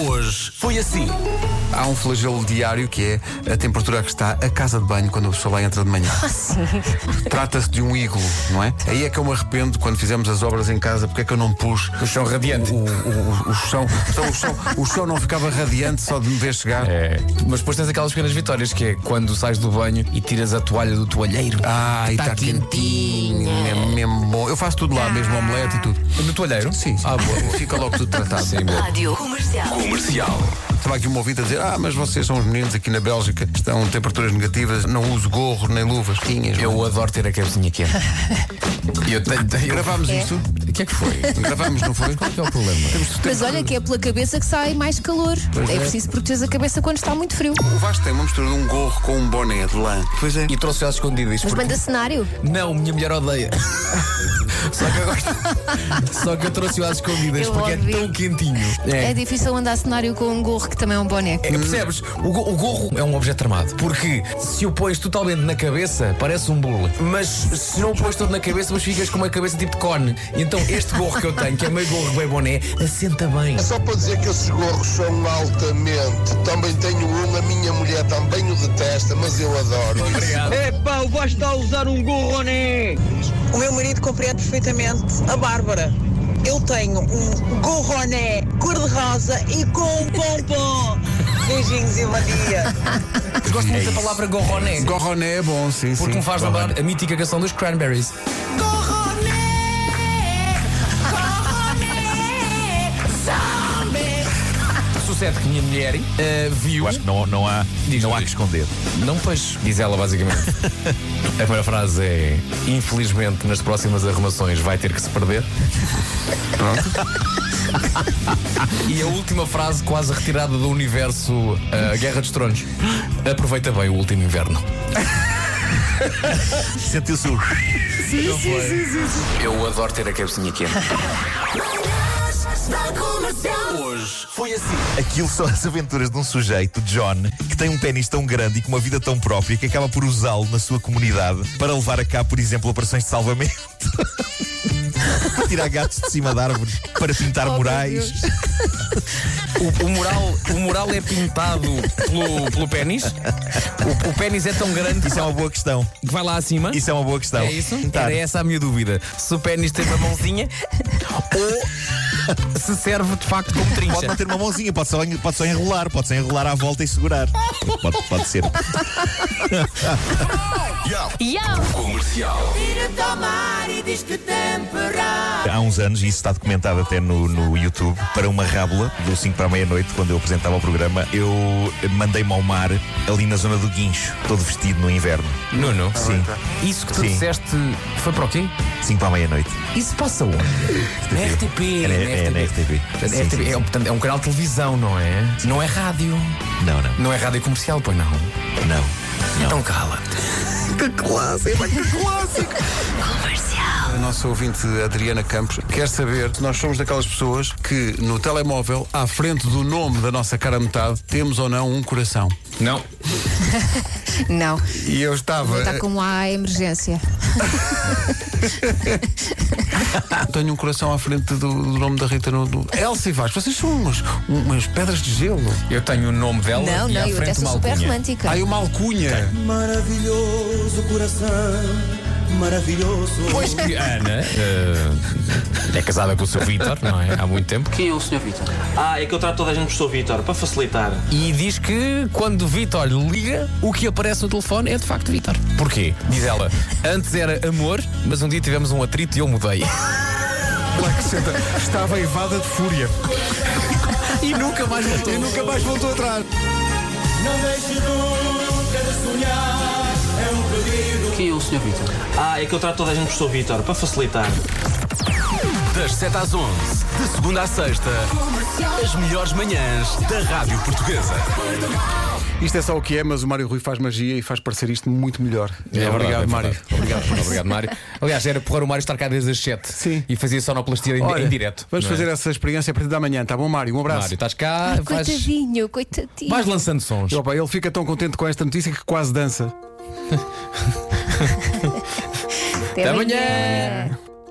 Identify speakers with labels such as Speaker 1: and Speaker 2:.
Speaker 1: hoje foi assim.
Speaker 2: Há um flagelo diário que é a temperatura a que está a casa de banho quando a pessoa lá entra de manhã. Trata-se de um iglo, não é? Aí é que eu me arrependo quando fizemos as obras em casa, porque é que eu não pus
Speaker 3: O chão radiante.
Speaker 2: o, o- o chão. Então o chão, o chão não ficava radiante só de me ver chegar.
Speaker 3: É. Mas depois tens aquelas pequenas vitórias que é quando sais do banho e tiras a toalha do toalheiro.
Speaker 2: Ah, e
Speaker 3: Tá
Speaker 2: está quentinho. É mesmo bom. Eu faço tudo lá, mesmo omelete e tudo.
Speaker 3: Do toalheiro?
Speaker 2: Sim, sim.
Speaker 3: Ah, boa. boa.
Speaker 2: Fica logo tudo tratado.
Speaker 3: Sim, boa.
Speaker 1: Comercial.
Speaker 2: Estava aqui um ouvinte a dizer: Ah, mas vocês são os meninos aqui na Bélgica, estão temperaturas negativas, não uso gorro nem luvas. Tinhas, é?
Speaker 3: Eu adoro ter a cabecinha quente. Eu tenho. tenho-
Speaker 2: Gravámos isto?
Speaker 3: O que é que foi?
Speaker 2: Gravámos, não foi?
Speaker 3: Qual é que é o problema?
Speaker 4: Mas olha que é pela cabeça que sai mais calor. é preciso proteger a cabeça quando está muito frio.
Speaker 2: O Vasco tem uma mistura de um gorro com um boné de lã. Pois é.
Speaker 3: E trouxe às escondidas.
Speaker 4: Mas
Speaker 3: porque-
Speaker 4: manda cenário.
Speaker 3: Não, minha mulher odeia. Só que eu gosto. Só que eu trouxe-o às escondidas
Speaker 4: Eu
Speaker 3: porque
Speaker 4: ouvi.
Speaker 3: é tão quentinho.
Speaker 4: É. difícil andar cenário com um gorro que também é um boné.
Speaker 3: É, percebes? O, go- o gorro é um objeto armado. Porque se o pões totalmente na cabeça, parece um bolo. Mas se não o pões todo na cabeça, mas ficas com uma cabeça tipo de cone. E então este gorro que eu tenho, que é meio gorro, meio boné, assenta bem.
Speaker 5: É só para dizer que esses gorros são altamente. Também tenho um, a minha mulher também o detesta, mas eu adoro.
Speaker 6: Epá, o Vasco está a usar um gorroné!
Speaker 7: O meu marido compreende perfeitamente a Bárbara. Eu tenho um gorroné cor-de-rosa e com um pompom. Beijinhos e bom dia.
Speaker 3: Gosto muito da palavra gorroné.
Speaker 2: Gorroné é bom, sim, sim.
Speaker 3: Porque me faz lembrar a mítica canção dos Cranberries. Sucede que minha mulher eh, viu.
Speaker 8: Eu acho que não, não, há, não há que esconder.
Speaker 3: Não, pois, diz ela basicamente. A primeira frase é: Infelizmente, nas próximas arrumações vai ter que se perder. Pronto. E a última frase, quase retirada do universo uh, Guerra dos Tronos: Aproveita bem o último inverno.
Speaker 1: Sentiu-se o.
Speaker 3: Eu adoro ter a cabecinha quente.
Speaker 1: Hoje foi assim.
Speaker 8: Aquilo são as aventuras de um sujeito, John, que tem um ténis tão grande e com uma vida tão própria que acaba por usá-lo na sua comunidade para levar a cabo, por exemplo, operações de salvamento. para tirar gatos de cima de árvores, para
Speaker 3: Ah,
Speaker 4: Oh,
Speaker 8: pintar murais.
Speaker 3: O, o mural, o mural é pintado pelo, pelo pênis. O, o pênis é tão grande
Speaker 8: Isso é uma boa questão.
Speaker 3: que vai lá acima.
Speaker 8: Isso é uma boa questão.
Speaker 3: É isso?
Speaker 8: Tá.
Speaker 3: Era essa a minha dúvida. Se o pênis tem uma mãozinha ou se serve de facto como
Speaker 8: Pode não
Speaker 3: trincha.
Speaker 8: ter uma mãozinha, pode só, pode só enrolar, pode só enrolar à volta e segurar. Pode, pode ser. Há uns anos, e isso está documentado até no, no YouTube, para uma rábula do 5 para a meia-noite, quando eu apresentava o programa, eu mandei-me ao mar, ali na zona do Guincho, todo vestido no inverno.
Speaker 3: Nuno,
Speaker 8: Sim,
Speaker 3: isso que tu
Speaker 8: Sim.
Speaker 3: disseste foi para o quê?
Speaker 8: 5 para a meia-noite.
Speaker 3: Isso passa onde? Na RTP.
Speaker 8: É, é, é na RTP.
Speaker 3: Na
Speaker 8: Sim,
Speaker 3: RTP.
Speaker 8: sim,
Speaker 3: É,
Speaker 8: sim.
Speaker 3: portanto, é um canal de televisão, não é? Não é rádio.
Speaker 8: Não, não,
Speaker 3: Não é rádio comercial, pois não.
Speaker 8: não.
Speaker 3: Então cala-te.
Speaker 8: é
Speaker 2: A nossa ouvinte Adriana Campos quer saber se nós somos daquelas pessoas que no telemóvel, à frente do nome da nossa cara metade, temos ou não um coração.
Speaker 3: Não.
Speaker 4: Não,
Speaker 2: E eu estava.
Speaker 4: está como há emergência.
Speaker 2: Tenho um coração à frente do, do nome da Rita. No, do... Elsa e Vasco, vocês são umas, umas pedras de gelo.
Speaker 3: Eu tenho o nome dela
Speaker 4: Não,
Speaker 3: e
Speaker 4: não,
Speaker 3: à
Speaker 4: eu até
Speaker 3: frente
Speaker 4: sou
Speaker 3: uma
Speaker 4: super
Speaker 3: alcunha.
Speaker 4: romântica.
Speaker 2: Há uma alcunha.
Speaker 9: Maravilhoso coração, maravilhoso.
Speaker 3: Pois que Ana eh, é casada com o seu Vitor, não é? Há muito tempo.
Speaker 10: Quem é o Sr. Vitor? Ah, é que eu trato toda a gente por Sr. Vitor, para facilitar.
Speaker 3: E diz que quando o Vitor lhe liga, o que aparece no telefone é de facto Vitor. Porquê? Diz ela, antes era amor, mas um dia tivemos um atrito e eu mudei.
Speaker 2: Ela acrescenta, estava evada de fúria.
Speaker 3: E nunca mais voltou.
Speaker 2: E nunca mais voltou atrás.
Speaker 9: Não deixe nunca de sonhar, é um pedido.
Speaker 10: Quem é o Sr. Vitor? Ah, é que eu trato toda a gente por Sr. Vitor, para facilitar.
Speaker 1: Das 7 às 11, de segunda à sexta, as melhores manhãs da Rádio Portuguesa.
Speaker 2: Isto é só o que é, mas o Mário Rui faz magia e faz parecer isto muito melhor.
Speaker 3: É
Speaker 2: Obrigado,
Speaker 3: verdade, é
Speaker 2: Mário.
Speaker 3: verdade. Obrigado, obrigado, Mário. Aliás, era porrar o Mário estar cá desde as 7
Speaker 2: Sim.
Speaker 3: e fazia sonoplastia em, em direto.
Speaker 2: Vamos
Speaker 3: não é?
Speaker 2: fazer essa experiência a partir da manhã, tá bom, Mário? Um abraço.
Speaker 3: Mário, tá. estás cá, vais,
Speaker 4: Ah, Coitadinho, coitadinho.
Speaker 3: vais lançando sons.
Speaker 2: Opa, ele fica tão contente com esta notícia que quase dança.
Speaker 4: Até
Speaker 3: amanhã.
Speaker 4: amanhã.